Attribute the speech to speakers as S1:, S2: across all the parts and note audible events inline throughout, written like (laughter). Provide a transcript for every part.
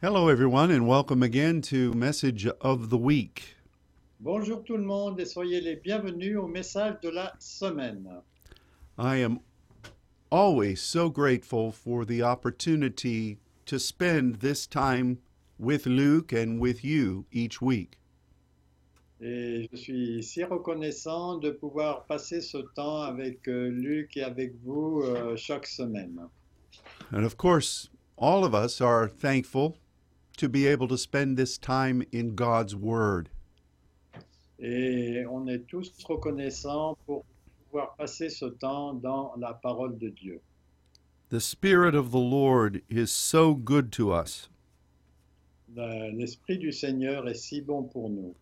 S1: Hello, everyone, and welcome again to Message of the Week.
S2: Bonjour tout le monde et soyez les bienvenus au message de la semaine.
S1: I am always so grateful for the opportunity to spend this time with Luke and with you each week.
S2: Et je suis si reconnaissant de pouvoir passer ce temps avec euh, Luc et avec vous euh, chaque semaine.
S1: And of course, all of us are thankful to be able to spend this time in God's Word.
S2: Et on est tous reconnaissants pour pouvoir passer ce temps dans la parole de Dieu.
S1: The Spirit of the Lord is so good to us.
S2: Le- L'Esprit du Seigneur est si bon pour nous.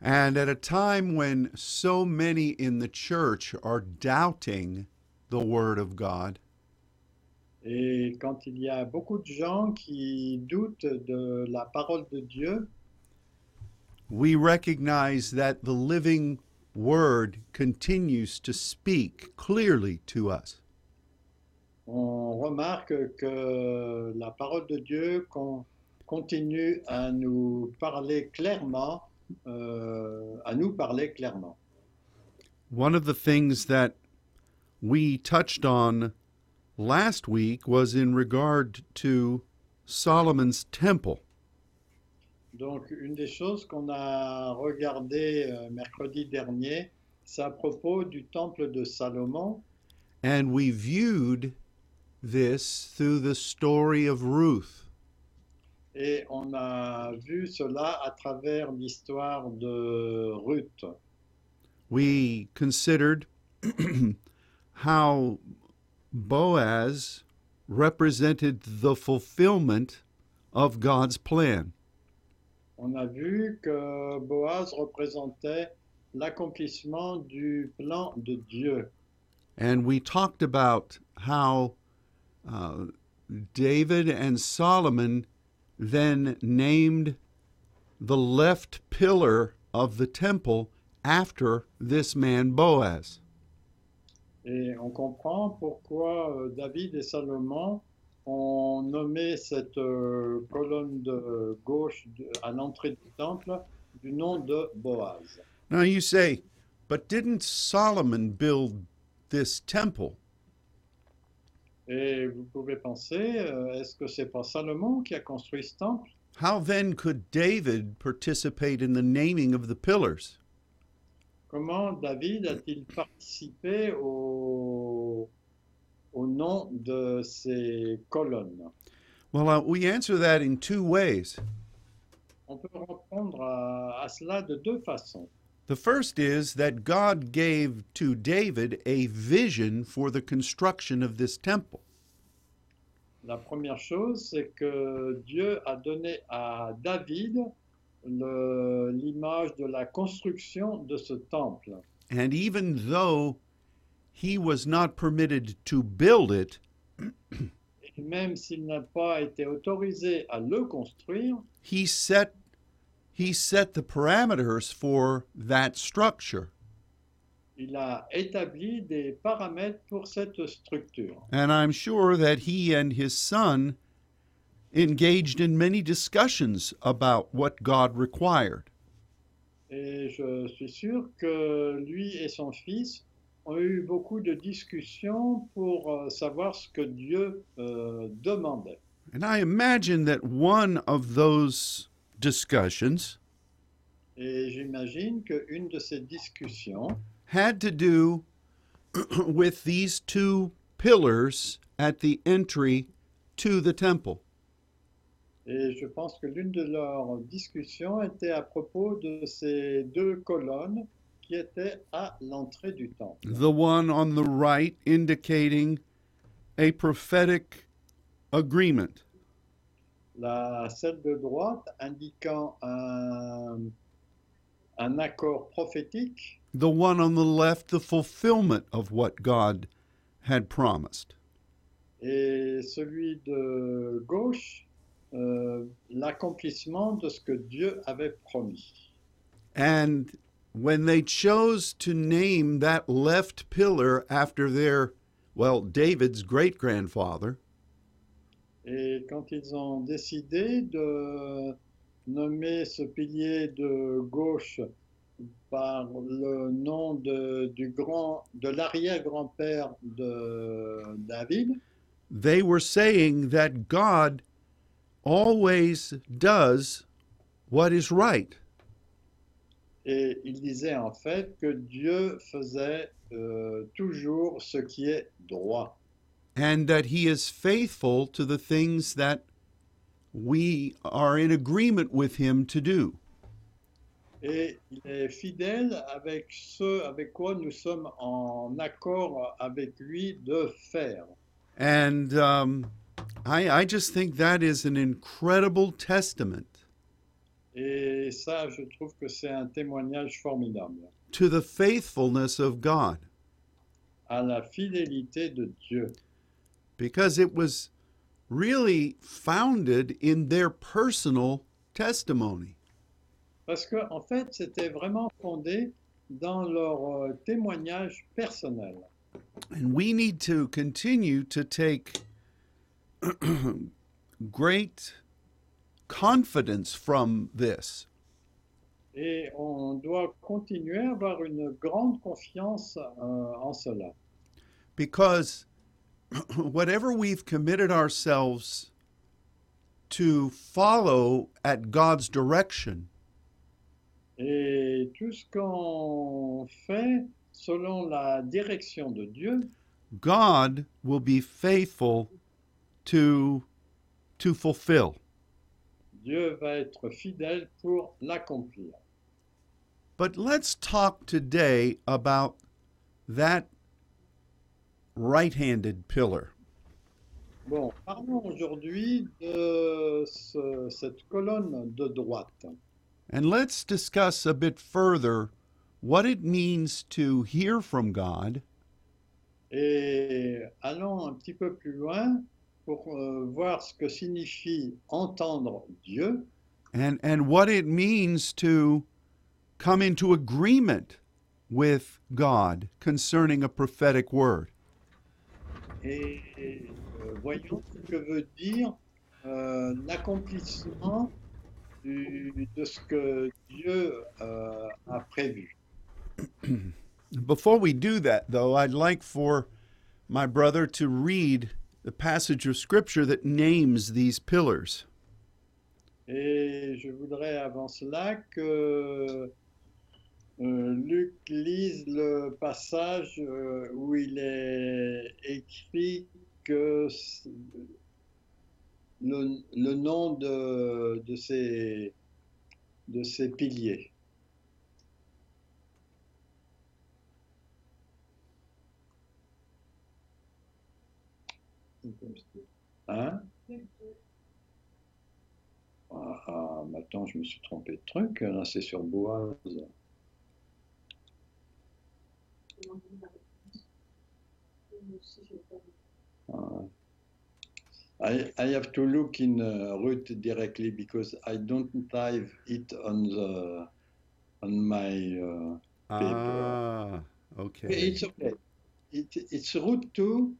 S1: And at a time when so many in the church are doubting the Word of God,
S2: Et quand il y a beaucoup de gens qui doutent de la parole de Dieu,
S1: we recognize that the living Word continues to speak clearly to us.
S2: on remarque que la parole de Dieu con- continue à nous parler clairement, euh, à nous parler clairement.
S1: One of the things that we touched on last week was in regard to Solomon's temple.
S2: Donc, une des choses qu'on a regardées euh, mercredi dernier, c'est à propos du temple de Salomon
S1: And we viewed this through the story of Ruth.
S2: et on a vu cela à travers l'histoire de Ruth.
S1: we considered (clears throat) how Boaz represented the fulfillment of God's plan.
S2: On a vu que Boaz représentait l'accomplissement du plan de Dieu.
S1: And we talked about how uh, David and Solomon then named the left pillar of the temple after this man Boaz.
S2: Et on comprend pourquoi euh, David et Salomon ont nommé cette euh, colonne de gauche de- à l'entrée du temple du nom de Boaz.
S1: Now you say, but didn't Solomon build this temple?
S2: Et vous pouvez penser, euh, est-ce que c'est pas Salomon qui a construit ce temple?
S1: How then could David participate in the naming of the pillars?
S2: Comment David a-t-il participé au, au nom de ces colonnes?
S1: Well, uh, we answer that in two ways.
S2: On peut répondre à- à cela de deux façons.
S1: The first is that God gave to David a vision for the construction of this temple.
S2: La première chose, c'est que Dieu a donné à David le- l'image de la construction de ce temple.
S1: And even though he was not permitted to build it,
S2: Et même s'il n'a pas été autorisé à le construire,
S1: he set he set the parameters for that structure.
S2: il a établi des paramètres pour cette structure.
S1: And I'm sure that he and his son engaged in many discussions about what God required.
S2: Et je suis sûr que lui et son fils ont eu beaucoup de discussions pour euh, savoir ce que Dieu euh, demandait.
S1: And I imagine that one of those discussions
S2: Et j'imagine qu'une de ces discussions
S1: had to do (clears throat) with these two pillars at the entry to the temple.
S2: Et je pense que l'une de leurs discussions était à propos de ces deux colonnes qui étaient à l'entrée du temple.
S1: The one on the right indicating a prophetic agreement.
S2: La celle de droite indiquant un, un accord prophétique
S1: the one on the left the fulfillment of what God had promised.
S2: et celui de gauche euh, l'accomplissement de ce que Dieu avait promis.
S1: And when they chose to name that left pillar after their, well, David's great grandfather,
S2: Et quand ils ont décidé de nommer ce pilier de gauche par le nom de, du grand, de l'arrière-grand-père de David,
S1: they were saying that God always does what is right.
S2: et ils disaient en fait que Dieu faisait euh, toujours ce qui est droit
S1: and that he is faithful to the things that we are in agreement with him to do.
S2: et il est fidèle avec ce avec quoi nous sommes en accord avec lui de faire.
S1: And um, I, I just think that is an incredible testament
S2: Et ça, je trouve que c'est un témoignage formidable
S1: to the faithfulness of God
S2: à la fidélité de Dieu.
S1: because it was really founded in their personal testimony.
S2: Parce que, en fait, c'était vraiment fondé dans leur euh, témoignage personnel.
S1: And we need to continue to take (clears throat) great confidence from this.
S2: Et on doit continuer à avoir une grande confiance euh, en cela.
S1: because (clears throat) whatever we've committed ourselves to follow at God's direction,
S2: Et tout ce qu'on fait selon la direction de Dieu,
S1: God will be faithful to to fulfill.
S2: Dieu va être fidèle pour l'accomplir.
S1: But let's talk today about that right-handed pillar.
S2: Bon, parlons aujourd'hui de ce- cette colonne de droite.
S1: And let's discuss a bit further what it means to hear from God
S2: Et allons un petit peu plus loin pour euh, voir ce que signifie entendre Dieu
S1: and and what it means to come into agreement with God concerning a prophetic word.
S2: et euh, voyons ce que veut dire euh, l'accomplissement du- de ce que Dieu euh, a prévu.
S1: Before we do that though, I'd like for my brother to read the passage of scripture that names these pillars.
S2: Et je voudrais avant cela que euh, Luc lise le passage euh, où il est écrit que c- le, le nom de, de, ces, de ces piliers. Hein? Ah, ah, mais attends, je me suis trompé de truc. Là, c'est sur Boaz. Ah. I, I have to look in uh, route directly because I don't have it on the on my. uh,
S1: Ah, okay.
S2: It's okay. It, it's route two.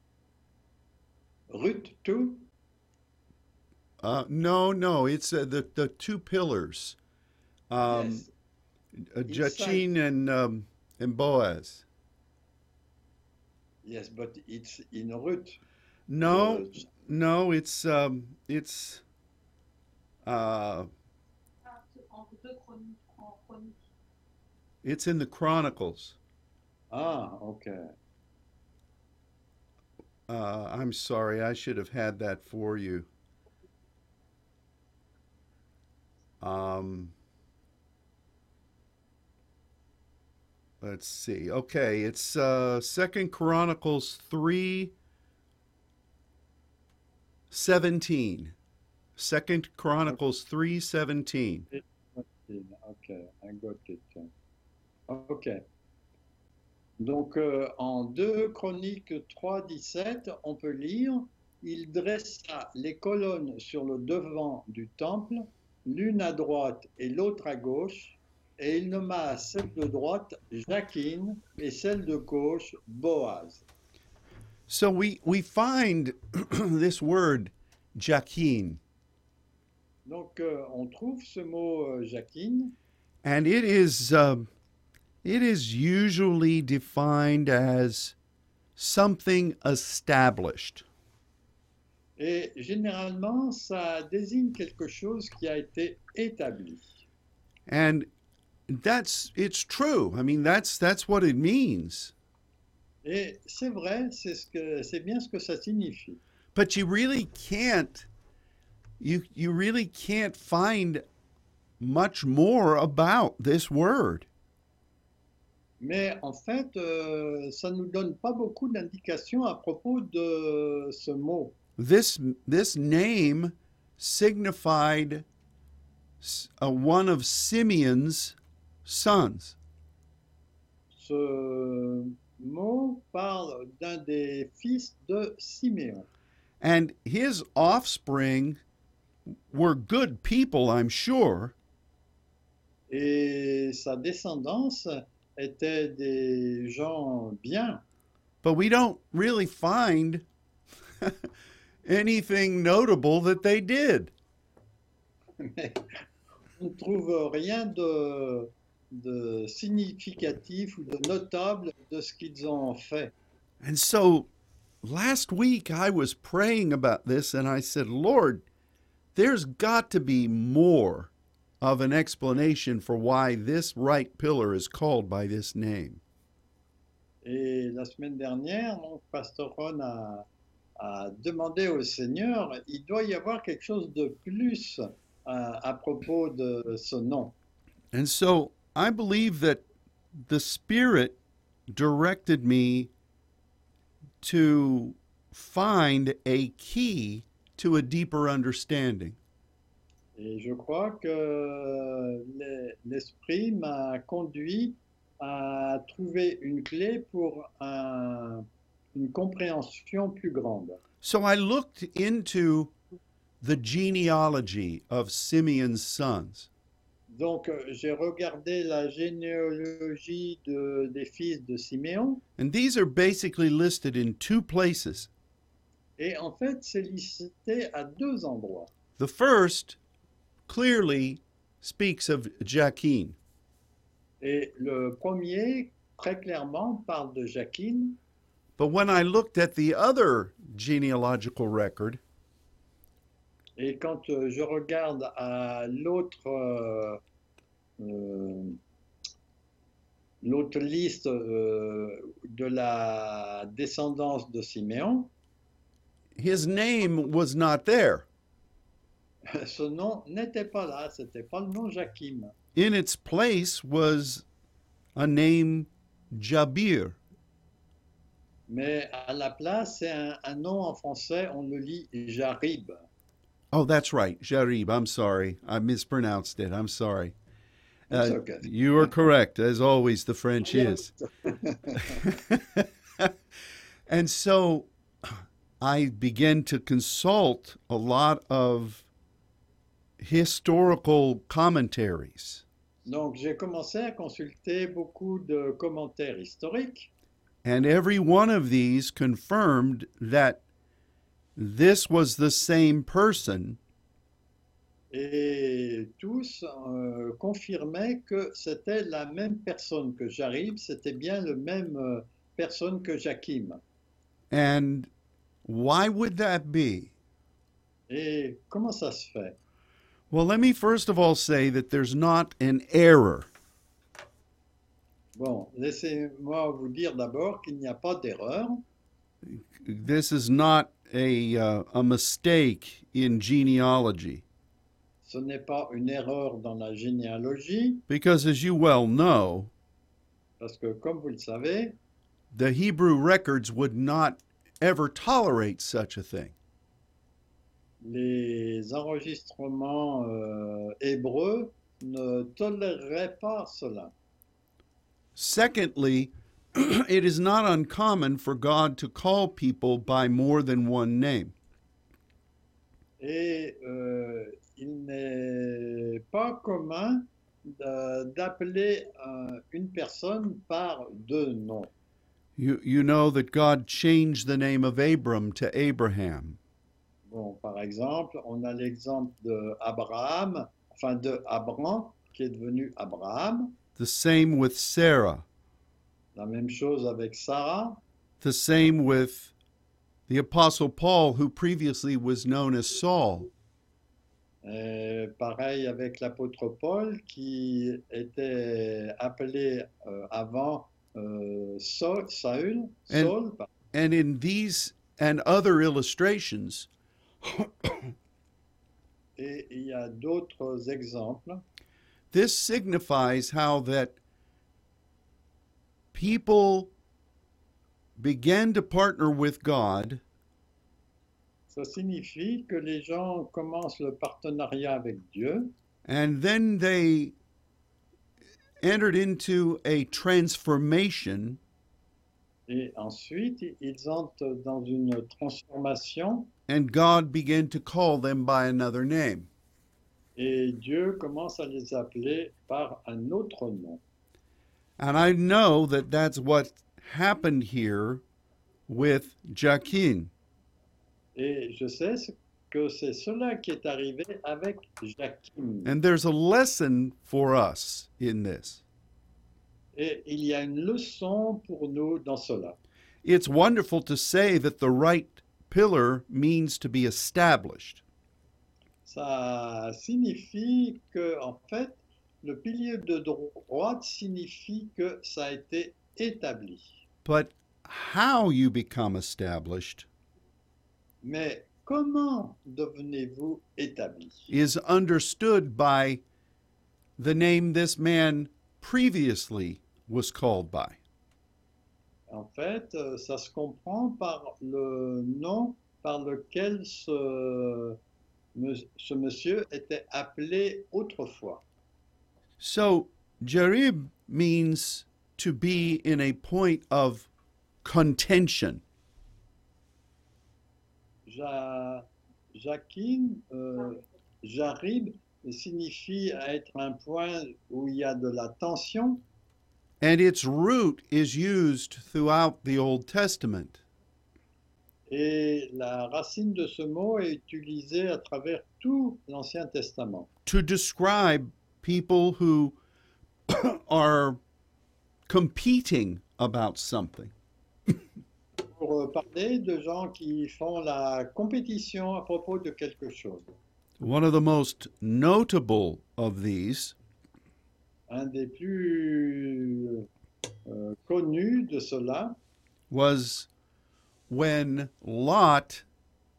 S2: Route two.
S1: Uh, no, no, it's uh, the the two pillars, um,
S2: Yes.
S1: uh,
S2: Inside.
S1: Jachin and um, and Boaz.
S2: Yes, but it's in route.
S1: No,
S2: Uh,
S1: No, it's um, it's uh,
S3: entre deux chroniques, en chronique.
S1: it's in the Chronicles.
S2: ah, okay.
S1: Uh, I'm sorry, I should have had that for you. Um, let's see. Okay, it's uh, Second Chronicles three seventeen. Second Chronicles three seventeen.
S2: Okay, euh, I got it. Ok. Donc, euh, en 2 Chroniques 3, 17, on peut lire Il dressa les colonnes sur le devant du temple, l'une à droite et l'autre à gauche, et il nomma celle de droite Jacquine et celle de gauche Boaz.
S1: So we we find (clears throat) this word Jachin.
S2: Donc, euh, on trouve ce mot euh, Jacquine
S1: And it is, um, it is usually defined as something established.
S2: et généralement, ça désigne quelque chose qui a été établi.
S1: And that's, it's true. I mean, that's, that's what it means.
S2: Et c'est vrai, c'est ce que- c'est bien ce que ça signifie.
S1: But you really can't, you, you really can't find much more about this word.
S2: Mais en fait, euh, ça ne nous donne pas beaucoup d'indications à propos de ce mot.
S1: this this name signified s- uh, one of Simeon's sons.
S2: Ce mot parle d'un des fils de Siméon.
S1: And his offspring were good people, I'm sure,
S2: Et sa descendance était des gens bien.
S1: but we don't really find (laughs) anything notable that they did.
S2: Mais on ne trouve rien de, de significatif ou de notable de ce qu'ils ont fait.
S1: And so last week I was praying about this and I said, Lord, there's got to be more of an explanation for why this right pillar is called by this name.
S2: Et la semaine dernière, donc, Pastor Ron a, a demandé au Seigneur, il doit y avoir quelque chose de plus euh, à, à propos de ce nom.
S1: And so I believe that the Spirit directed me to find a key to a deeper understanding.
S2: Et je crois que l'e- l'Esprit m'a conduit à trouver une clé pour un- une compréhension plus grande.
S1: So I looked into the genealogy of Simeon's sons.
S2: Donc, euh, j'ai regardé la généalogie de- des fils de Siméon,
S1: And these are basically listed in two places.
S2: et en fait, c'est listé à deux endroits.
S1: The first clearly speaks of Jachin,
S2: Et le premier, très clairement, parle de Jacqueline,
S1: but when I looked at the other genealogical record,
S2: et quand euh, je regarde à l'autre euh, euh, l'autre liste euh, de la descendance de Siméon, (laughs)
S1: his name was not there.
S2: ce nom n'était pas là, c'était pas le nom Jacquim.
S1: In its place was a name Jabir.
S2: Mais à la place, c'est un, un nom en français, on le lit Jarib.
S1: Oh, that's right, Jarib. I'm sorry. I mispronounced it. I'm sorry.
S2: It's
S1: Uh,
S2: okay.
S1: You are correct, as always, the French is. (laughs) and so I began to consult a lot of historical commentaries.
S2: Donc j'ai commencé à consulter beaucoup de commentaires historiques
S1: And every one of these confirmed that this was the same person
S2: et tous euh, confirmaient que c'était la même personne que Jarib, c'était bien le même euh, personne que Jakim.
S1: And why would that be?
S2: Et comment ça se fait
S1: Well, let me first of all say that there's not an error.
S2: Bon, laissez-moi vous dire d'abord qu'il n'y a pas d'erreur.
S1: This is not a, uh, a mistake in genealogy,
S2: Ce n'est pas une erreur dans la généalogie,
S1: because as you well know,
S2: parce que comme vous le savez,
S1: the Hebrew records would not ever tolerate such a thing.
S2: les enregistrements euh, hébreux ne toléreraient pas cela.
S1: Secondly, (clears throat) it is not uncommon for God to call people by more than one name.
S2: Et euh, il n'est pas commun d'a- d'appeler euh, une personne par deux noms.
S1: You, you know that God changed the name of Abram to Abraham.
S2: Bon, par exemple, on a l'exemple de Abraham, enfin de Abram, qui est devenu Abraham.
S1: The same with Sarah.
S2: La même chose avec Sarah,
S1: The same with the Apostle Paul, who previously was known as Saul.
S2: Et pareil avec l'apôtre Paul, qui était appelé euh, avant euh, Saul, Saül,
S1: And-
S2: Saul, pardon.
S1: And in these and other illustrations,
S2: et il y a d'autres exemples.
S1: this signifies how that people began to partner with God
S2: Ça signifie que les gens commencent le partenariat avec Dieu
S1: and then they entered into a transformation
S2: et ensuite ils entrent dans une transformation
S1: and God began to call them by another name.
S2: et Dieu commence à les appeler par un autre nom.
S1: And I know that that's what happened here with Jachin.
S2: Et je sais ce- que c'est cela qui est arrivé avec Jacquim.
S1: And there's a lesson for us in this.
S2: Et il y a une leçon pour nous dans cela.
S1: It's wonderful to say that the right pillar means to be established.
S2: Ça signifie que, en fait, le pilier de droite signifie que ça a été établi.
S1: But how you become established
S2: Mais comment devenez-vous établi
S1: is understood by the name this man previously was called by.
S2: En fait, euh, ça se comprend par le nom par lequel ce, me- ce monsieur était appelé autrefois.
S1: So, Jarib means to be in a point of contention.
S2: Ja, Jaquin, euh, Jarib signifie être un point où il y a de la tension
S1: And its root is used throughout the Old Testament.
S2: et la racine de ce mot est utilisée à travers tout l'Ancien Testament.
S1: to describe people who (coughs) are competing about something.
S2: pour euh, parler de gens qui font la compétition à propos de quelque chose.
S1: One of the most notable of these
S2: Un des plus euh, connus de cela,
S1: was when Lot,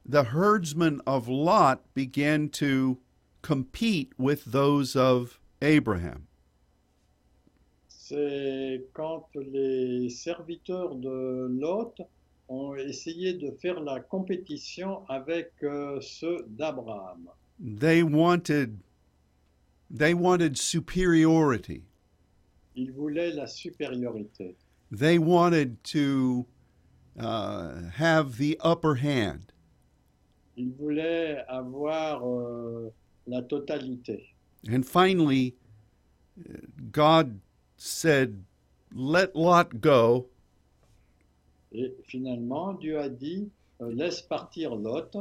S1: the herdsman of Lot, began to compete with those of Abraham.
S2: c'est quand les serviteurs de Lot ont essayé de faire la compétition avec euh, ceux d'Abraham.
S1: They wanted they wanted superiority.
S2: Ils voulaient la supériorité.
S1: They wanted to uh, have the upper hand.
S2: Ils voulaient avoir euh, la totalité.
S1: And finally, God said, Let Lot go,
S2: Et finalement, Dieu a dit, euh, laisse partir Lot.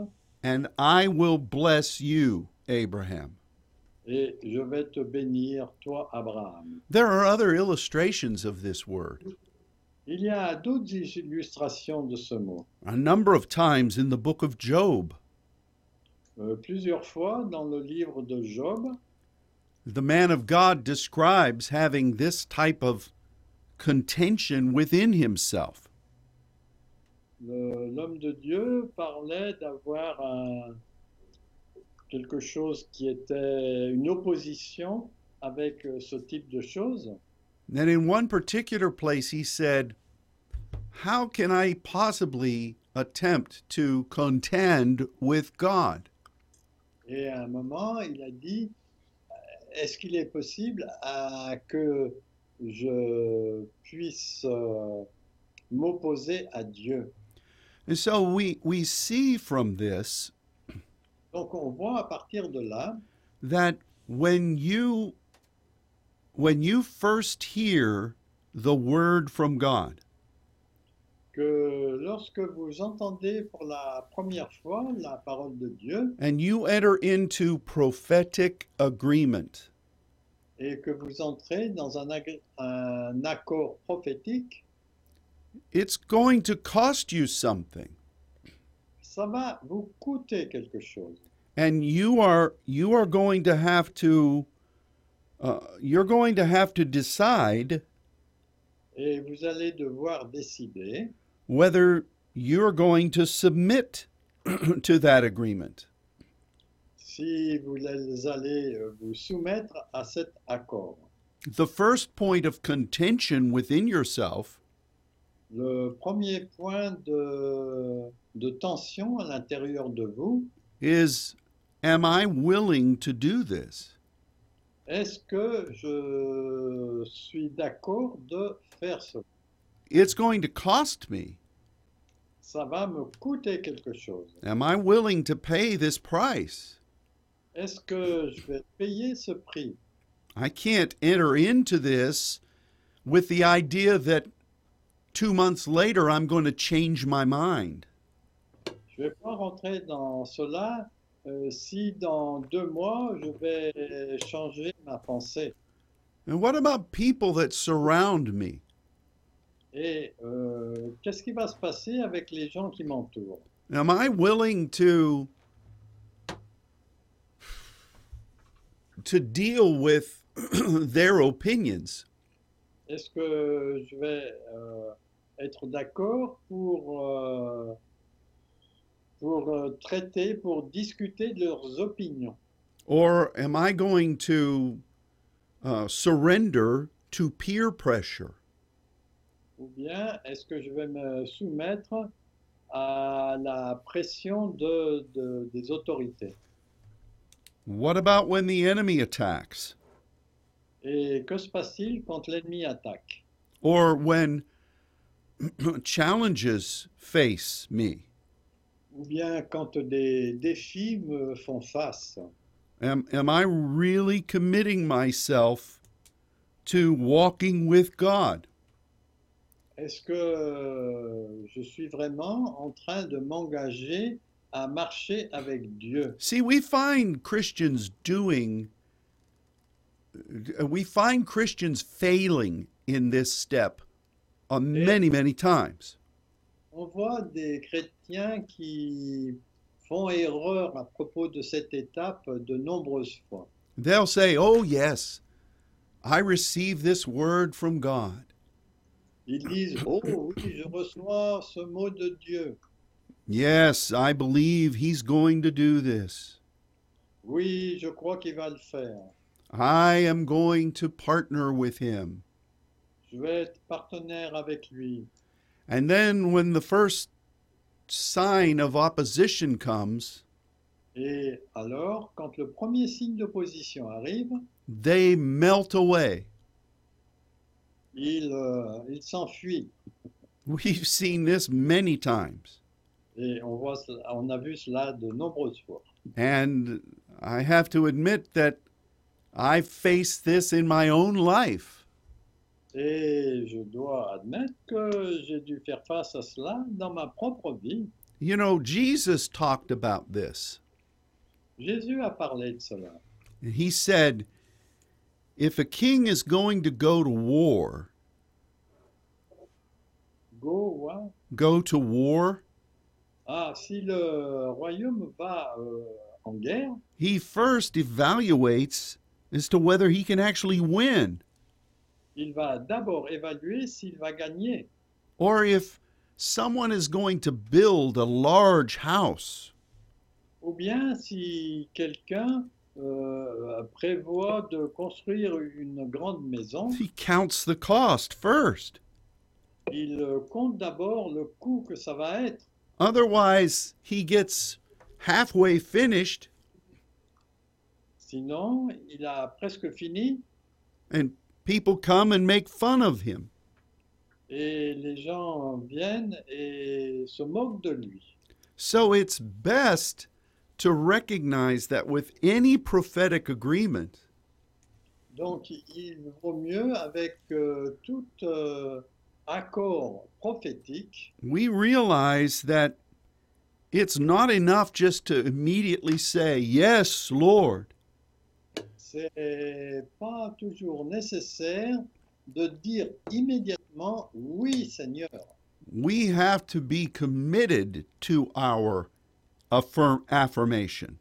S1: and I will bless you, Abraham.
S2: Et je vais te bénir, toi, Abraham.
S1: There are other illustrations of this word.
S2: Il y a d'autres illustrations de ce mot.
S1: A number of times in the book of Job,
S2: Euh, plusieurs fois, dans le livre de Job,
S1: the man of God describes having this type of contention within himself.
S2: le- l'homme de Dieu parlait d'avoir un- quelque chose qui était une opposition avec euh, ce type de choses.
S1: And in one particular place, he said, How can I possibly attempt to contend with God?
S2: Et à un moment, il a dit, euh, est-ce qu'il est possible à- que je puisse euh, m'opposer à Dieu?
S1: And so we, we see from this
S2: Donc on voit à partir de là,
S1: that when you when you first hear the word from God,
S2: que que lorsque vous entendez pour la première fois la parole de Dieu
S1: and you enter into prophetic agreement,
S2: et que vous entrez dans un, agré- un accord prophétique,
S1: it's going to cost you something.
S2: ça va vous coûter quelque chose.
S1: and you are you are going to have to uh, you're going to have to decide
S2: Et vous allez devoir décider
S1: whether you're going to submit (clears throat) to that agreement
S2: si vous les- allez euh, vous soumettre à cet accord.
S1: the first point of contention within yourself
S2: Le premier point de, de tension à l'intérieur de vous,
S1: is am i willing to do this
S2: est-ce que je suis d'accord de faire ça
S1: it's going to cost me
S2: Ça va me coûter quelque chose.
S1: am i willing to pay this price
S2: Est-ce que je vais payer ce prix
S1: i can't enter into this with the idea that 2 months later i'm going to change my mind
S2: Je ne vais pas rentrer dans cela euh, si dans deux mois je vais changer ma pensée.
S1: And what about people that surround me?
S2: Et euh, qu'est-ce qui va se passer avec les gens qui m'entourent
S1: Am I willing to to deal with (clears throat) their opinions?
S2: Est-ce que je vais euh, être d'accord pour, euh, pour euh, traiter, pour discuter de leurs opinions
S1: Or am I going to uh, surrender to peer pressure?
S2: Ou bien est-ce que je vais me soumettre à la pression de- de- des autorités
S1: What about when the enemy attacks?
S2: Et que se passe-t-il quand l'ennemi attaque
S1: Or when (clears throat) challenges face me?
S2: Ou bien quand des défis me font face
S1: Am, am I really committing myself to walking with God?
S2: Est-ce que euh, je suis vraiment en train de m'engager à marcher avec Dieu
S1: See, we find Christians doing, uh, we find Christians failing in this step uh, many, many times.
S2: On voit des chrétiens qui font erreur à propos de cette étape de nombreuses fois.
S1: They'll say, Oh, yes, I receive this word from God.
S2: Ils disent Oh oui, je reçois ce mot de Dieu.
S1: Yes, I believe He's going to do this.
S2: Oui, je crois qu'il va le faire.
S1: I am going to partner with Him.
S2: Je vais être partenaire avec lui.
S1: And then when the first sign of opposition comes,
S2: Et alors, quand le premier signe d'opposition arrive,
S1: they melt away. (laughs)
S2: il, euh, il s'enfuit.
S1: We've seen this many times.
S2: Et on, voit, cela- on a vu cela de nombreuses fois.
S1: And I have to admit that I faced this in my own life.
S2: Et je dois admettre que j'ai dû faire face à cela dans ma propre vie.
S1: You know, Jesus talked about this.
S2: Jésus a parlé de cela.
S1: And he said, if a king is going to go to war,
S2: Go, wa-
S1: go to war,
S2: Ah, si le royaume va euh, en guerre,
S1: he first evaluates as to whether he can actually win
S2: il va d'abord évaluer s'il va gagner.
S1: or if someone is going to build a large house.
S2: Ou bien si quelqu'un euh, prévoit de construire une grande maison,
S1: He counts the cost first.
S2: il euh, compte d'abord le coût que ça va être.
S1: Otherwise, he gets halfway finished
S2: Sinon, il a presque fini
S1: and people come and make fun of him.
S2: et les gens viennent et se moquent de lui.
S1: So it's best to recognize that with any prophetic agreement,
S2: Donc, il vaut mieux avec euh, toute euh, accord prophétique,
S1: we realize that it's not enough just to immediately say, Yes, Lord.
S2: c'est pas toujours nécessaire de dire immédiatement oui, Seigneur.
S1: We have to be committed to our affirm- affirmation.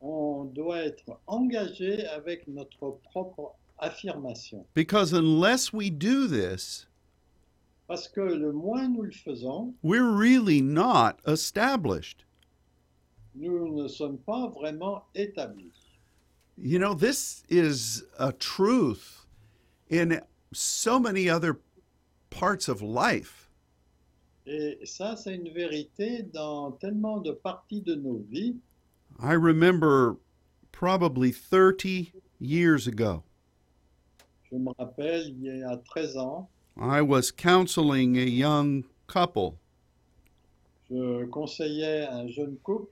S2: On doit être engagé avec notre propre affirmation.
S1: Because unless we do this,
S2: Parce que le moins nous le faisons,
S1: we're really not established.
S2: nous ne sommes pas vraiment établis.
S1: You know, this is a truth in so many other parts of life.
S2: Et ça, c'est une vérité dans tellement de parties de nos vies.
S1: I remember probably 30 years ago,
S2: Je me rappelle, il y a 13 ans,
S1: I was counseling a young couple
S2: je conseillais un jeune couple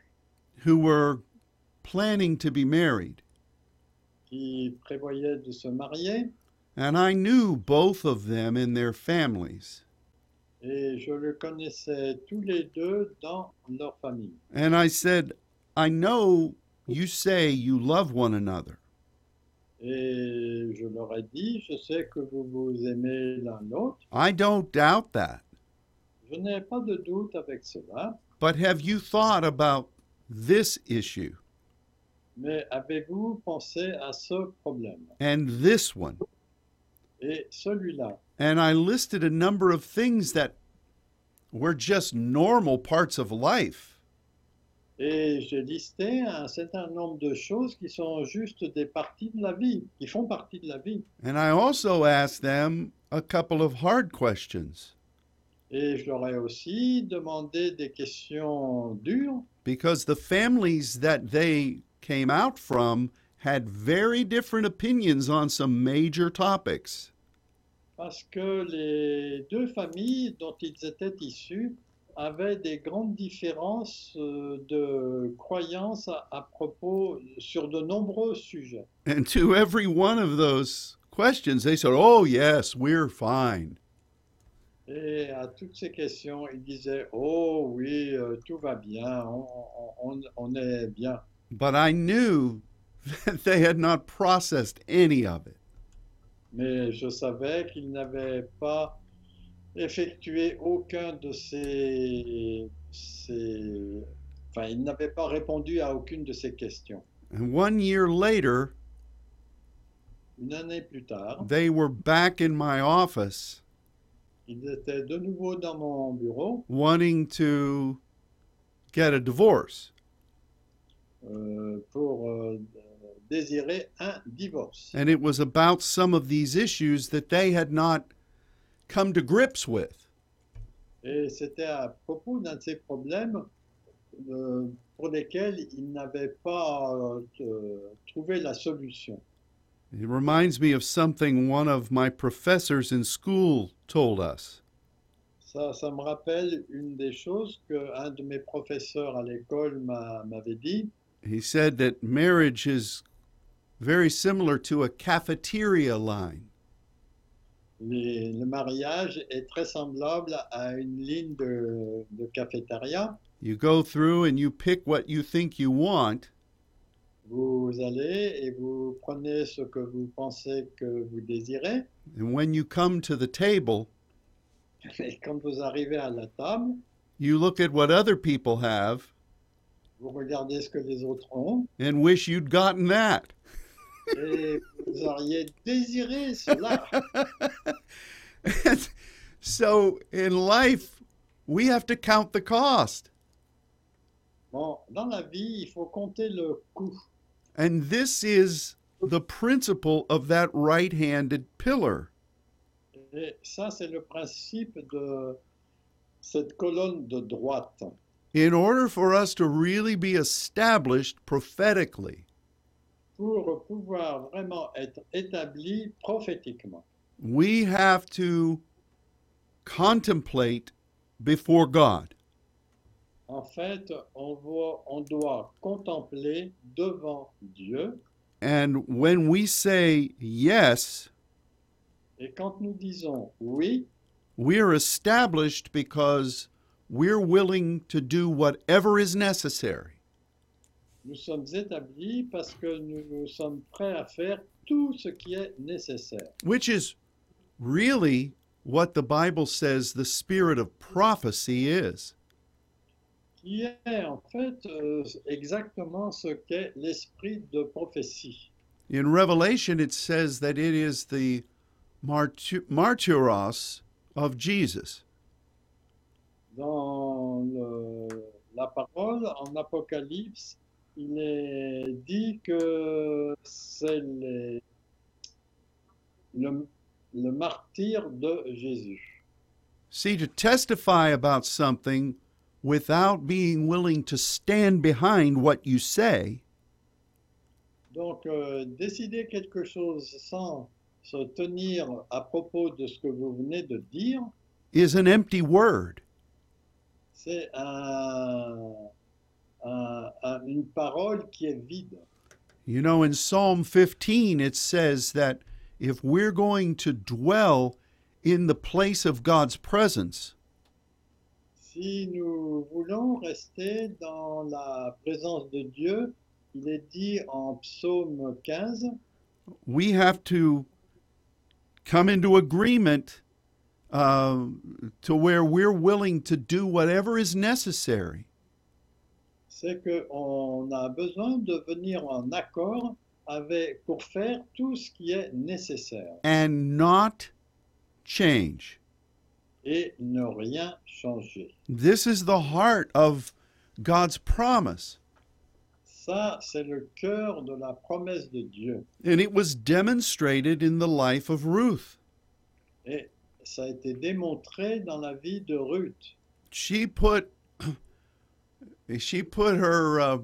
S1: who were planning to be married.
S2: qui prévoyait de se marier
S1: And I knew both of them and their families.
S2: et je le connaissais tous les deux dans leur famille.
S1: And I said, I know you say you love one another,
S2: Et je leur ai dit, je sais que vous vous aimez l'un l'autre,
S1: I don't doubt that.
S2: je n'ai pas de doute avec cela,
S1: But have you thought about this issue
S2: mais avez-vous pensé à ce problème
S1: and this one?
S2: Et celui-là,
S1: And I listed a number of things that were just normal parts of life.
S2: Et j'ai listé un certain nombre de choses qui sont juste des parties de la vie, qui font partie de la vie.
S1: And I also asked them a couple of hard questions
S2: Et je leur ai aussi demandé des questions dures,
S1: because the families that they came out from had very different opinions on some major topics.
S2: parce que les deux familles dont ils étaient issus avaient des grandes différences euh, de croyances à, à propos sur de nombreux sujets.
S1: And to every one of those questions, they said, Oh, yes, we're fine.
S2: Et à toutes ces questions, ils disaient, oh oui, euh, tout va bien, on- on- on- on est bien.
S1: But I knew (laughs) that they had not processed any of it.
S2: mais je savais qu'il n'avait pas effectué aucun de ces... ces- Enfin, il n'avait pas répondu à aucune de ces questions.
S1: And one year later,
S2: Une année plus tard,
S1: they were back in my office
S2: il était de nouveau dans mon bureau
S1: wanting to get a divorce.
S2: euh, pour euh, désirer un divorce.
S1: And it was about some of these issues that they had not come to grips with.
S2: Et c'était à propos d'un de ces problèmes euh, pour lesquels il n'avait pas euh, euh, trouvé la solution.
S1: It reminds me of something one of my professors in school told us.
S2: Ça, ça me rappelle une des choses qu'un de mes professeurs à l'école m'a- m'avait dit.
S1: He said that marriage is very similar to a cafeteria line.
S2: Les- le mariage est très semblable à une ligne de, de cafétéria.
S1: You go through and you pick what you think you want,
S2: Vous allez et vous prenez ce que vous pensez que vous désirez.
S1: and when you come to the table,
S2: Et quand vous arrivez à la table,
S1: you look at what other people have
S2: vous regardez ce que les autres ont
S1: and wish you'd gotten that. (laughs)
S2: et vous auriez désiré
S1: (laughs)
S2: cela.
S1: so in life, we have to count the cost.
S2: Bon, dans la vie, il faut compter le coût.
S1: And this is the principle of that right handed pillar.
S2: Et ça, c'est le principe de cette colonne de droite.
S1: In order for us to really be established prophetically,
S2: Pour pouvoir vraiment être établi prophétiquement,
S1: we have to contemplate before God.
S2: en fait, on, voit- on doit contempler devant Dieu.
S1: And when we say yes,
S2: Et quand nous disons oui,
S1: We're established because we're willing to do whatever is necessary.
S2: Nous sommes établis parce que nous, nous sommes prêts à faire tout ce qui est nécessaire.
S1: which is really what the Bible says the spirit of prophecy is.
S2: Qui est en fait euh, exactement ce qu'est l'esprit de prophétie.
S1: In Revelation, it says that it is the martu- martyros of Jesus.
S2: Dans le- la parole, en Apocalypse, il est dit que c'est les- le, le martyr de Jésus.
S1: See, to testify about something without being willing to stand behind what you say
S2: Donc, euh, décider quelque chose sans se tenir à propos de ce que vous venez de dire,
S1: is an empty word.
S2: c'est un- un- un- une parole qui est vide.
S1: You know, in Psalm 15, it says that if we're going to dwell in the place of God's presence,
S2: Si nous voulons rester dans la présence de Dieu, il est dit en psaume 15,
S1: we have to come into agreement uh, to where we're willing to do whatever is necessary.
S2: c'est qu'on a besoin de venir en accord avec, pour faire tout ce qui est nécessaire
S1: and not change.
S2: et ne rien changer.
S1: This is the heart of God's promise.
S2: Ça, c'est le cœur de la promesse de Dieu.
S1: And it was demonstrated in the life of Ruth.
S2: Et ça a été démontré dans la vie de Ruth.
S1: She put (clears throat) she put her uh,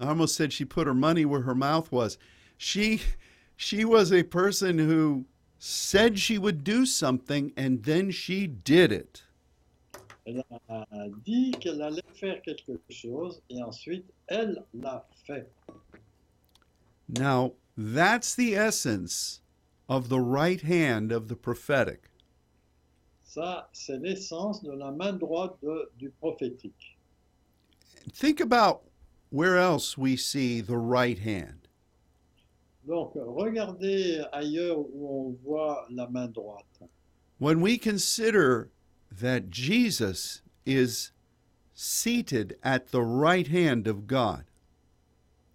S1: I almost said she put her money where her mouth was. She she was a person who said she would do something and then she did it.
S2: Elle a dit qu'elle allait faire quelque chose et ensuite elle l'a fait.
S1: Now, that's the essence of the right hand of the prophetic.
S2: Ça, c'est l'essence de la main droite de- du prophétique.
S1: Think about where else we see the right hand.
S2: Donc, regardez ailleurs où on voit la main droite.
S1: When we consider that Jesus is seated at the right hand of God,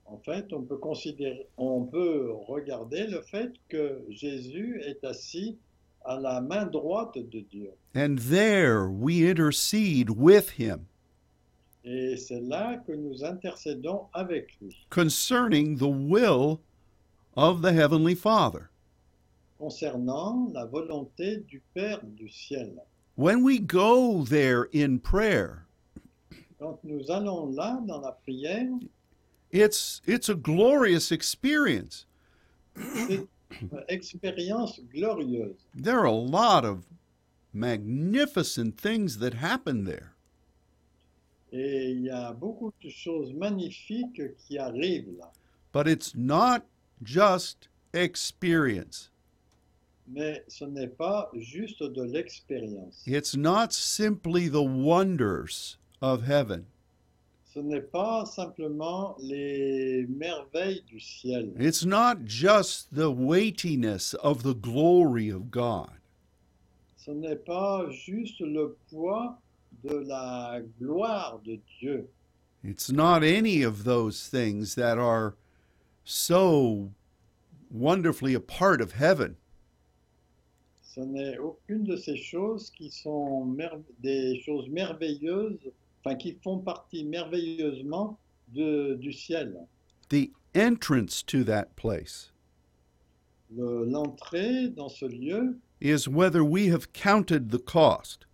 S2: En fait, on peut, considérer, on peut regarder le fait que Jésus est assis à la main droite de Dieu.
S1: and there we intercede with him
S2: Et c'est là que nous intercédons avec lui
S1: concerning the will of the Heavenly Father.
S2: concernant la volonté du Père du ciel.
S1: When we go there in prayer,
S2: Quand nous allons là dans la prière,
S1: it's, it's a glorious experience.
S2: une euh, expérience glorieuse.
S1: There are a lot of magnificent things that happen there.
S2: Et il y a beaucoup de choses magnifiques qui arrivent là.
S1: But it's not just experience.
S2: Mais ce n'est pas juste de l'expérience.
S1: It's not simply the wonders of heaven.
S2: Ce n'est pas simplement les merveilles du ciel.
S1: It's not just the weightiness of the glory of God.
S2: Ce n'est pas juste le poids de la gloire de Dieu.
S1: It's not any of those things that are so wonderfully a part of heaven.
S2: Ce n'est aucune de ces choses qui sont mer- des choses merveilleuses, enfin qui font partie merveilleusement de- du ciel.
S1: The entrance to that place
S2: Le- L'entrée dans ce lieu,
S1: is whether we have counted the cost.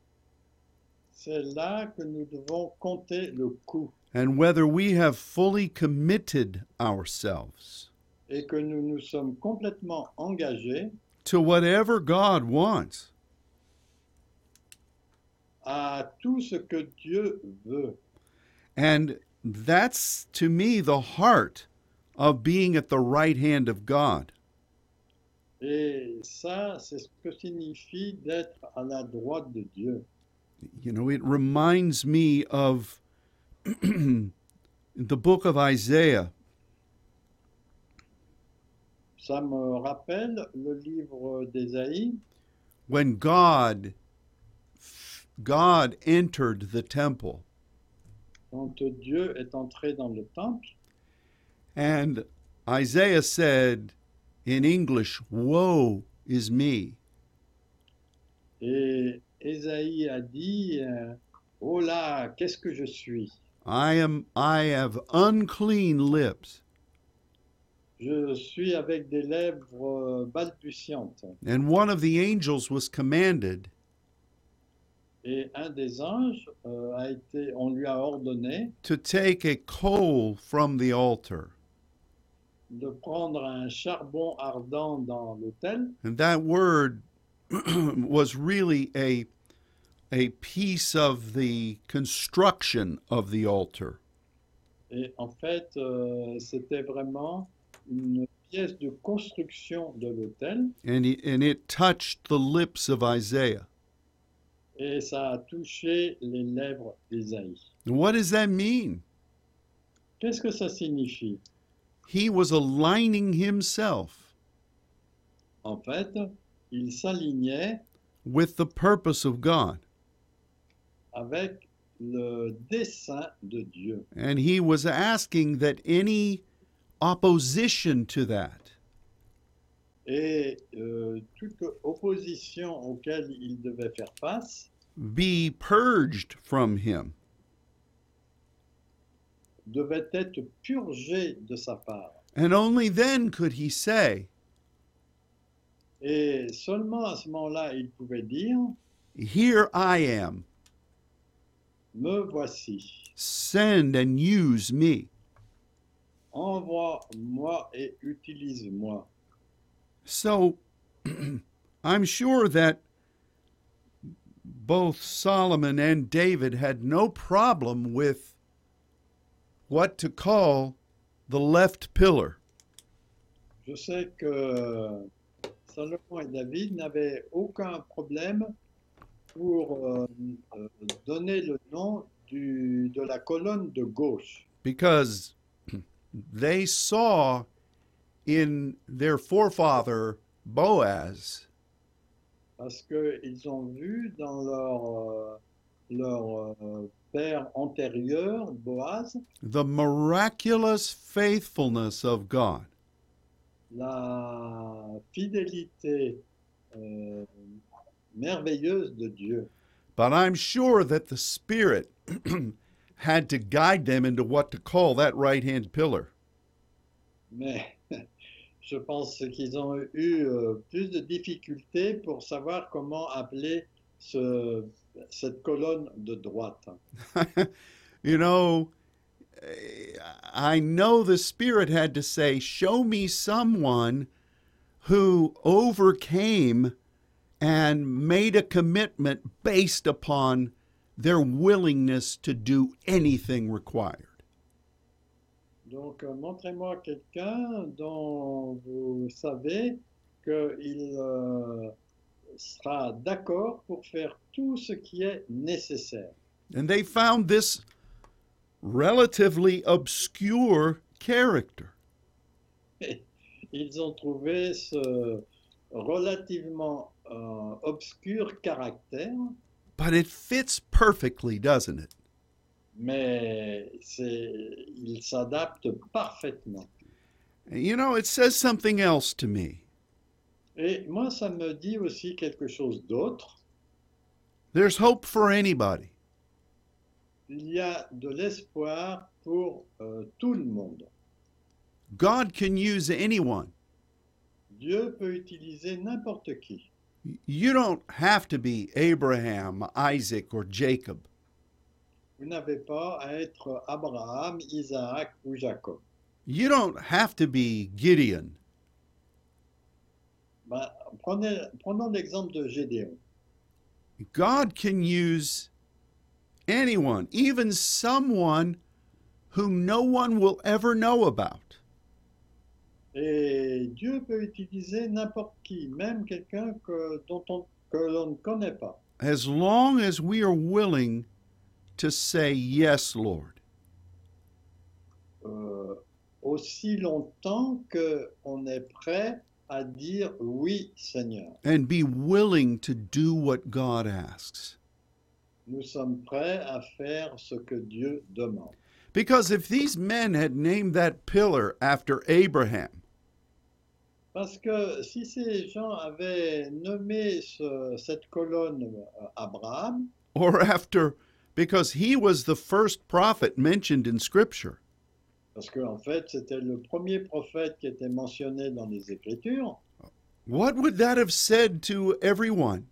S2: c'est là que nous devons compter le coût
S1: and whether we have fully committed ourselves
S2: et que nous nous sommes complètement engagés
S1: to whatever God wants.
S2: à tout ce que Dieu veut.
S1: And that's to me the heart of being at the right hand of God.
S2: Et ça, c'est ce que signifie d'être à la droite de Dieu.
S1: You know, it reminds me of (clears throat) the book of Isaiah.
S2: Ça me rappelle le livre d'Ésaïe,
S1: when God God entered the temple
S2: quand Dieu est entré dans le temple,
S1: and Isaiah said in English, "Woe is me."
S2: et Ésaïe a dit, euh, Oh là, qu'est-ce que je suis
S1: I am I have unclean lips
S2: Je suis avec des lèvres euh, balbutiantes.
S1: and one of the angels was commanded
S2: Et un des anges euh, a été, on lui a ordonné
S1: to take a coal from the altar.
S2: de prendre un charbon ardent dans l'autel.
S1: And that word (clears throat) was really a a piece of the construction of the altar.
S2: Et en fait, euh, c'était vraiment une pièce de construction de l'autel.
S1: and he, and it touched the lips of Isaiah.
S2: Et ça a touché les lèvres d'Ésaïe.
S1: What does that mean?
S2: Qu'est-ce que ça signifie
S1: He was aligning himself
S2: En fait, il s'alignait
S1: with the purpose of God,
S2: avec le dessein de Dieu.
S1: and he was asking that any opposition to that
S2: Et euh, toute opposition auquel il devait faire face
S1: be purged from him.
S2: devait être purgée de sa part.
S1: And only then could he say,
S2: Et seulement à ce moment-là, il pouvait dire,
S1: Here I am,
S2: me voici.
S1: send and use me.
S2: Envoie-moi et utilise-moi.
S1: So (clears throat) I'm sure that both Solomon and David had no problem with what to call the left pillar.
S2: Je sais que Salomon et David n'avaient aucun problème pour euh, euh, donner le nom du- de la colonne de gauche.
S1: because (clears throat) they saw in their forefather Boaz
S2: Parce qu'ils ont vu dans leur, euh, leur euh, père antérieur, Boaz,
S1: the miraculous faithfulness of God.
S2: la fidélité euh, merveilleuse de Dieu.
S1: But I'm sure that the Spirit (clears throat) had to guide them into what to call that right hand pillar. (laughs)
S2: Mais (laughs) je pense qu'ils ont eu euh, plus de difficultés pour savoir comment appeler ce- cette colonne de droite.
S1: you know, I know the Spirit had to say, Show me someone who overcame and made a commitment based upon their willingness to do anything required.
S2: Donc, euh, montrez-moi quelqu'un dont vous savez qu'il euh, sera d'accord pour faire tout ce qui est nécessaire. (laughs)
S1: And they found this relatively obscure character.
S2: Ils ont trouvé ce relativement euh, obscur caractère,
S1: But it fits perfectly, doesn't it?
S2: mais c'est, il s'adapte parfaitement.
S1: You know, it says something else to me.
S2: Et moi, ça me dit aussi quelque chose d'autre.
S1: There's hope for anybody.
S2: Il y a de l'espoir pour euh, tout le monde.
S1: God can use anyone.
S2: Dieu peut utiliser n'importe qui.
S1: You don't have to be Abraham, Isaac, or Jacob.
S2: Vous n'avez pas à être Abraham, Isaac ou Jacob.
S1: You don't have to be Gideon.
S2: Ben, prenez, prenons l'exemple de Gédéon.
S1: God can use anyone, even someone who no one will ever know about.
S2: Et Dieu peut utiliser n'importe qui, même quelqu'un que, dont on, que l'on ne connaît pas.
S1: as long as we are willing to say, Yes, Lord.
S2: euh, aussi longtemps que on est prêt à dire oui Seigneur.
S1: and be willing to do what God asks.
S2: Nous sommes prêts à faire ce que Dieu demande.
S1: Because if these men had named that pillar after Abraham,
S2: Parce que si ces gens avaient nommé ce- cette colonne euh, Abraham,
S1: or after, because he was the first prophet mentioned in Scripture,
S2: parce qu'en en fait c'était le premier prophète qui était mentionné dans les Écritures,
S1: what would that have said to everyone?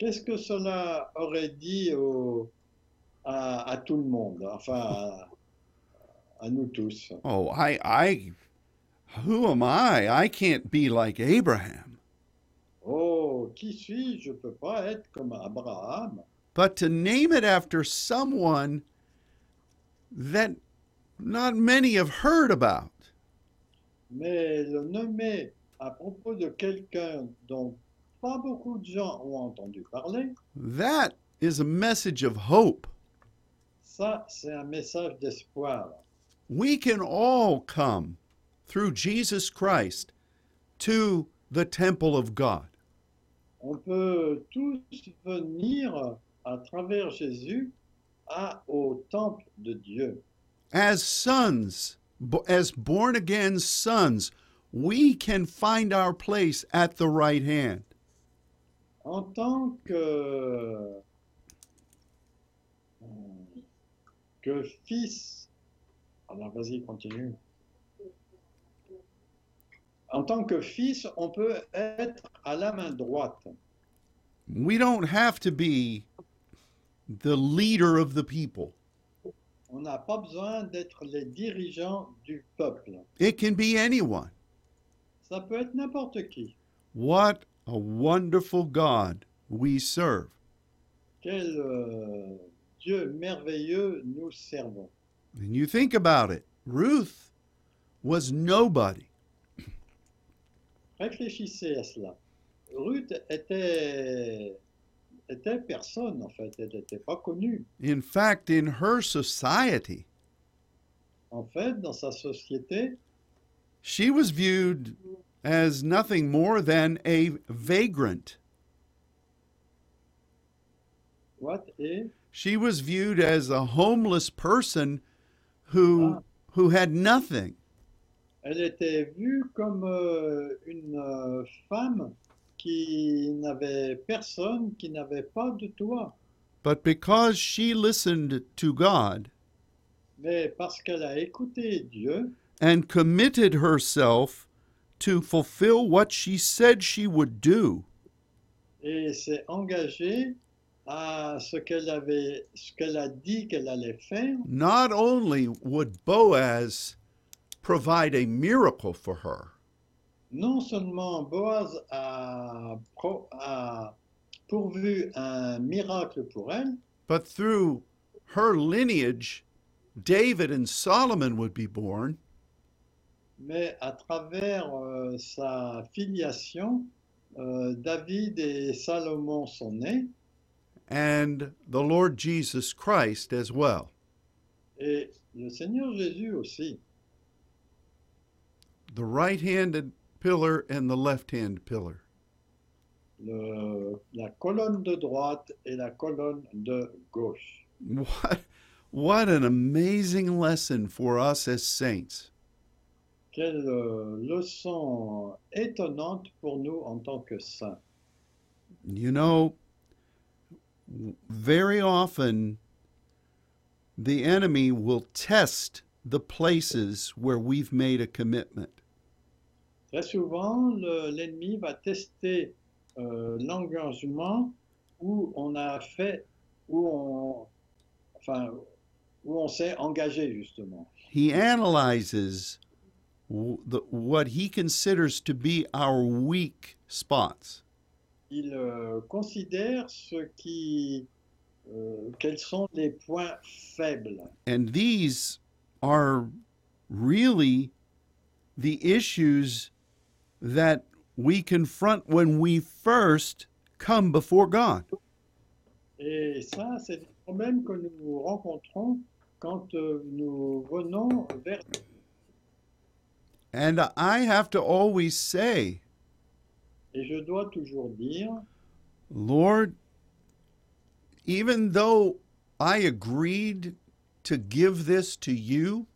S2: qu'est-ce que cela aurait dit au- à, à tout le monde, enfin à- à nous tous
S1: Oh, I, I, who am I? I can't be like Abraham.
S2: Oh, qui suis-je? Je ne peux pas être comme Abraham.
S1: But to name it after someone that not many have heard about,
S2: Mais le nommer à propos de quelqu'un dont pas beaucoup de gens ont entendu parler,
S1: that is a message of hope.
S2: ça, c'est un message d'espoir.
S1: we can all come through Jesus Christ to the temple of God.
S2: On peut tous venir à travers Jésus à, au temple de Dieu.
S1: As sons, bo- as born again sons, we can find our place at the right hand.
S2: En tant que, euh, que fils, alors vas-y, continue. En tant que fils, on peut être à la main droite.
S1: We don't have to be the leader of the people,
S2: On n'a pas besoin d'être les dirigeants du peuple.
S1: it can be anyone.
S2: Ça peut être n'importe qui.
S1: What a wonderful God we serve.
S2: Quel euh, Dieu merveilleux nous servons.
S1: And you think about it Ruth was nobody.
S2: Réfléchissez à cela. Ruth était, était personne, en fait. Elle n'était pas connue.
S1: In fact, in her society,
S2: En fait, dans sa société,
S1: She was viewed as nothing more than a vagrant.
S2: what est
S1: She was viewed as a homeless person who who had nothing.
S2: elle était vue comme euh, une euh, femme qui n'avait personne, qui n'avait pas de toit.
S1: But because she listened to God
S2: Mais parce qu'elle a écouté Dieu
S1: and committed herself to fulfill what she said she would do,
S2: et s'est engagée à ce qu'elle avait, ce qu'elle a dit qu'elle allait faire,
S1: not only would Boaz provide a miracle for her,
S2: non seulement Boaz a, pro- a pourvu un miracle pour elle,
S1: but through her lineage, David and Solomon would be born.
S2: mais à travers euh, sa filiation, euh, David et Salomon sont nés
S1: and the Lord Jesus Christ as well.
S2: et le Seigneur Jésus aussi.
S1: The right handed pillar and the left hand pillar.
S2: Le- la colonne de droite et la colonne de gauche.
S1: What, what an amazing lesson for us as saints.
S2: Quelle euh, leçon étonnante pour nous en tant que saints.
S1: You know, very often the enemy will test the places where we've made a commitment.
S2: Très souvent, le- l'ennemi va tester euh, l'engagement où on a fait, où on, enfin, où on s'est engagé justement.
S1: He analyzes w- the, what he considers to be our weak spots.
S2: Il euh, considère ce qui, euh, quels sont les points faibles.
S1: And these are really the issues that we confront when we first come before God.
S2: Et ça, c'est des problèmes que nous rencontrons quand euh, nous venons vers
S1: And I have to always say,
S2: Et je dois toujours dire,
S1: Lord, even though I agreed to give this to you,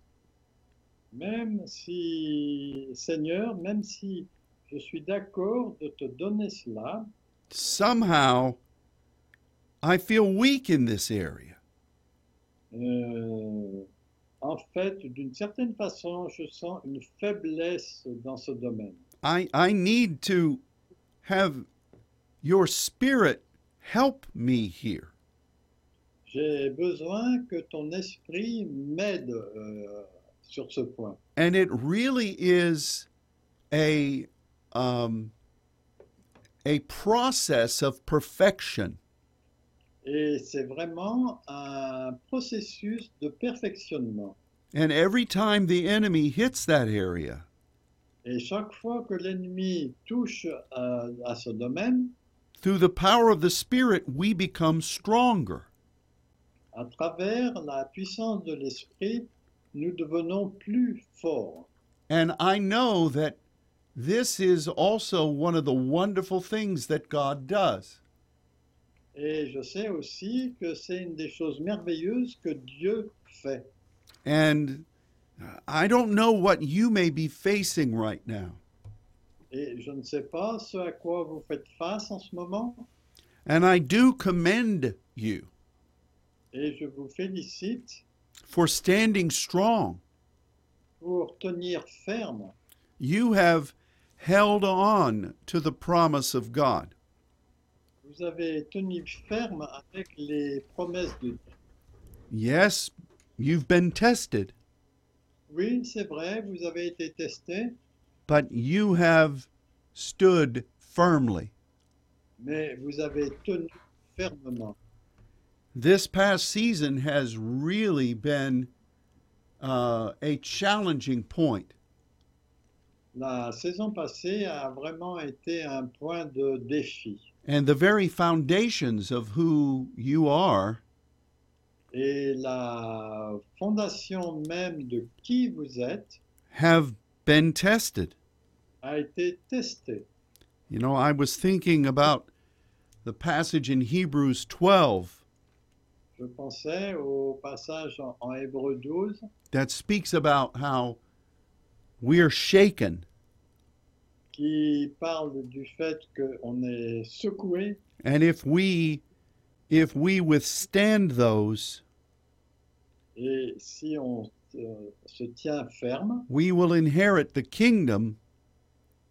S2: même si, Seigneur, même si je suis d'accord de te donner cela,
S1: somehow I feel weak in this area.
S2: euh, en fait, d'une certaine façon, je sens une faiblesse dans ce domaine.
S1: I, I need to have your spirit help me here.
S2: J'ai besoin que ton esprit m'aide euh, sur ce point.
S1: And it really is a um, a process of perfection.
S2: Et c'est vraiment un processus de perfectionnement.
S1: And every time the enemy hits that area,
S2: Et chaque fois que l'ennemi touche à, à ce domaine,
S1: through the power of the Spirit, we become stronger.
S2: à travers la puissance de l'esprit, nous devenons plus forts.
S1: And I know that this is also one of the wonderful things that God does.
S2: Et je sais aussi que c'est une des choses merveilleuses que Dieu fait.
S1: And I don't know what you may be facing right now.
S2: Et je ne sais pas ce à quoi vous faites face en ce moment,
S1: And I do commend you
S2: et je vous félicite
S1: for standing strong.
S2: pour tenir ferme.
S1: You have held on to the promise of God.
S2: Vous avez tenu ferme avec les promesses de Dieu.
S1: Yes, you've been tested,
S2: Oui, c'est vrai, vous avez été testé,
S1: but you have stood firmly.
S2: mais vous avez tenu fermement.
S1: This past season has really been uh, a challenging point.
S2: La saison passée a vraiment été un point de défi.
S1: And the very foundations of who you are
S2: Et la fondation même de qui vous êtes
S1: have been tested.
S2: a été testée.
S1: You know, I was thinking about the passage in Hebrews 12
S2: Je pensais au passage en, en Hébreu 12
S1: that speaks about how we're shaken
S2: qui parle du fait qu'on est secoué
S1: and if we if we withstand those,
S2: et si on euh, se tient ferme,
S1: we will inherit the kingdom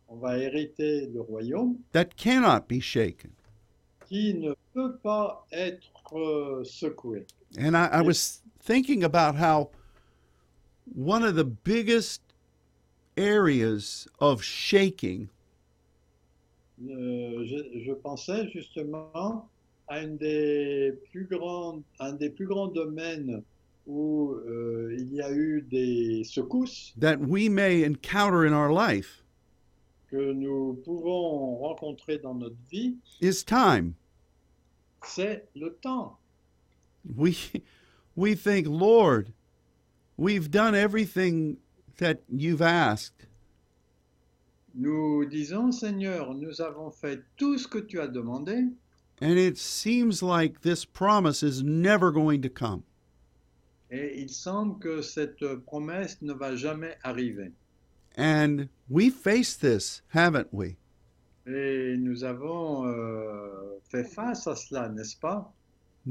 S2: on va hériter le royaume
S1: that cannot be shaken.
S2: qui ne peut pas être euh, secoué.
S1: And I, I was thinking about how one of the biggest areas of shaking
S2: Euh, je, je pensais justement à une des plus grandes, un des plus grands domaines où euh, il y a eu des secousses
S1: that we may encounter in our life
S2: que nous pouvons rencontrer dans notre vie,
S1: is time.
S2: c'est le temps.
S1: We we think, Lord, we've done everything that you've asked,
S2: Nous disons, Seigneur, nous avons fait tout ce que tu as demandé
S1: and it seems like this promise is never going to come.
S2: et il semble que cette promesse ne va jamais arriver.
S1: And we face this, haven't we?
S2: Et nous avons euh, fait face à cela, n'est-ce pas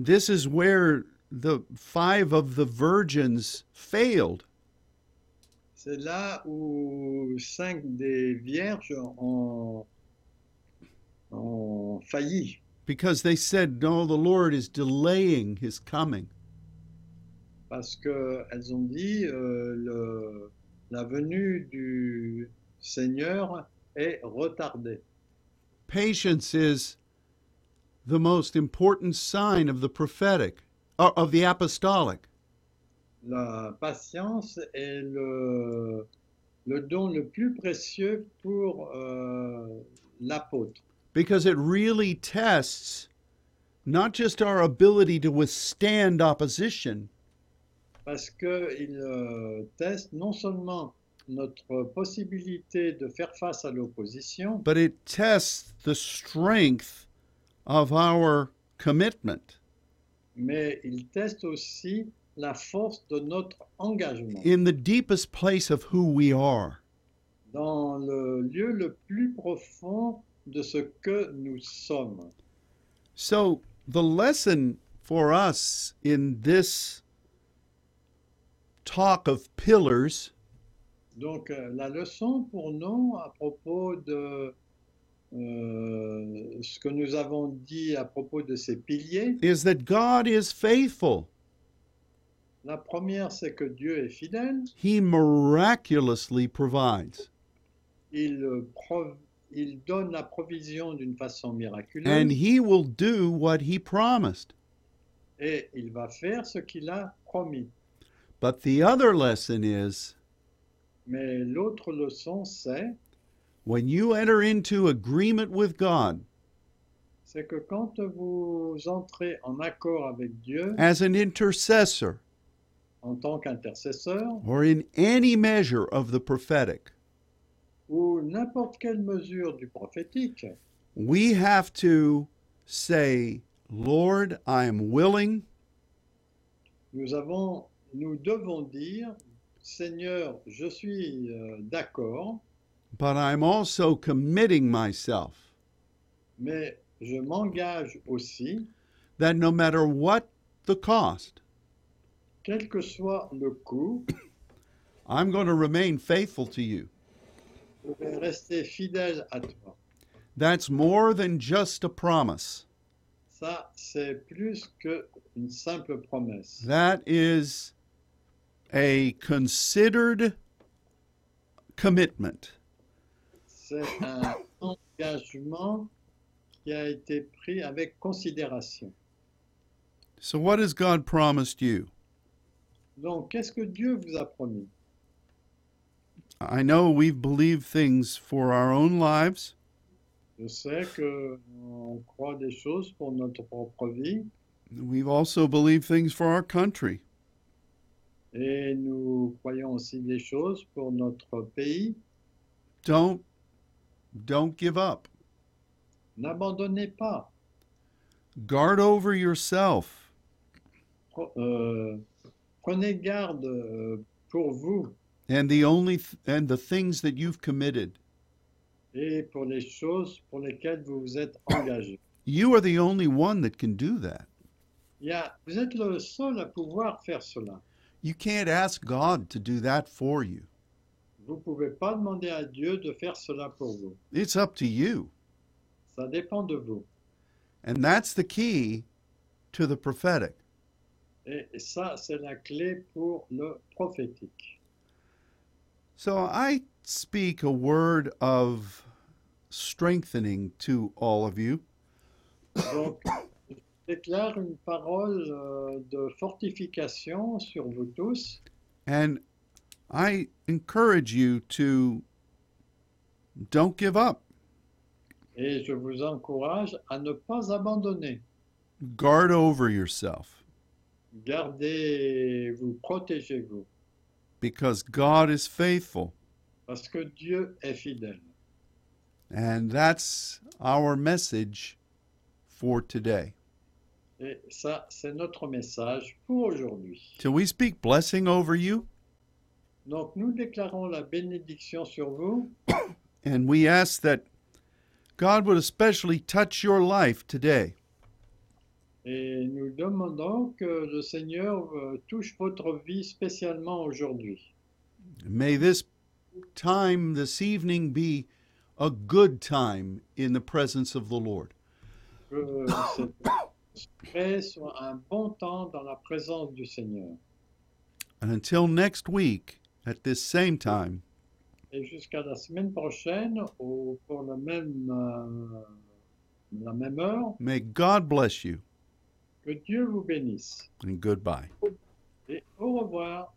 S1: This is where the five of the virgins failed.
S2: C'est là où cinq des vierges ont, ont failli,
S1: because they said, No, the Lord is delaying his coming.
S2: parce qu'elles ont dit euh, le- la venue du Seigneur est retardée.
S1: Patience is the most important sign of the prophetic, or of the apostolic.
S2: La patience est le, le don le plus précieux pour euh, l'apôtre.
S1: because it really tests not just our ability to withstand opposition,
S2: parce qu'il teste non seulement notre possibilité de faire face à l'opposition,
S1: but it tests the strength of our commitment.
S2: mais il teste aussi la force de notre engagement
S1: in the deepest place of who we are.
S2: dans le lieu le plus profond de ce que nous sommes.
S1: So, the lesson for us in this talk of pillars
S2: Donc euh, la leçon pour nous à propos de euh, ce que nous avons dit à propos de ces piliers,
S1: is that God is faithful.
S2: la première c'est que Dieu est fidèle.
S1: He miraculously provides,
S2: il, euh, prov- il donne la provision d'une façon
S1: and
S2: miraculeuse
S1: He will do what He promised.
S2: et il va faire ce qu'il a promis.
S1: But the other lesson is
S2: Mais l'autre leçon, c'est,
S1: when you enter into agreement with God
S2: c'est que quand vous entrez en accord avec Dieu
S1: as an intercessor
S2: en tant qu'intercesseur
S1: or in any measure of the prophetic,
S2: ou n'importe quelle mesure du prophétique,
S1: we have to say, Lord, I am willing,
S2: nous avons, nous devons dire, Seigneur, je suis euh, d'accord,
S1: but I'm also committing myself
S2: mais je m'engage aussi,
S1: that no matter what the cost,
S2: quel que soit le coût,
S1: I'm going to remain faithful to you.
S2: je vais rester fidèle à toi.
S1: That's more than just a promise.
S2: Ça, c'est plus qu'une simple promesse.
S1: That is a considered commitment.
S2: C'est un engagement qui a été pris avec considération.
S1: So, what has God promised you?
S2: Donc, qu'est-ce que Dieu vous a promis
S1: I know we've believed things for our own lives,
S2: Je sais que on croit des choses pour notre propre vie
S1: we've also believed things for our country.
S2: et nous croyons aussi des choses pour notre pays.
S1: don't don't give up
S2: N'abandonnez pas.
S1: guard over yourself
S2: Pro- euh, prenez garde euh, pour vous
S1: and the only th- and the things that you've committed
S2: et pour les choses pour lesquelles vous vous êtes engagé.
S1: you are the only one that can do that
S2: Il y a- vous êtes le seul à pouvoir faire cela.
S1: you can't ask god to do that for you
S2: Vous ne pouvez pas demander à Dieu de faire cela pour vous.
S1: it's up to you
S2: Ça dépend de vous.
S1: and that's the key to the prophetic
S2: Et ça, c'est la clé pour le prophétique.
S1: so i speak a word of strengthening to all of you
S2: Donc, je déclare une parole euh, de fortification sur vous tous
S1: and i encourage you to don't give up
S2: et je vous encourage à ne pas abandonner.
S1: guard over yourself
S2: Gardez-vous, protégez-vous,
S1: because God is faithful.
S2: parce que Dieu est fidèle.
S1: And that's our message for today.
S2: Et ça, c'est notre message pour aujourd'hui.
S1: Till we speak blessing over you
S2: Donc nous déclarons la bénédiction sur vous
S1: and we ask that God would especially touch your life today.
S2: et nous demandons que le Seigneur euh, touche votre vie spécialement aujourd'hui.
S1: May this time this evening be a good time in the presence of the Lord.
S2: Que cette (coughs) soirée soit un bon temps dans la présence du Seigneur.
S1: And until next week at this same time,
S2: Et jusqu'à la semaine prochaine, au- pour le même, euh, la même heure,
S1: may God bless you
S2: que Dieu vous bénisse.
S1: and goodbye.
S2: Et au revoir.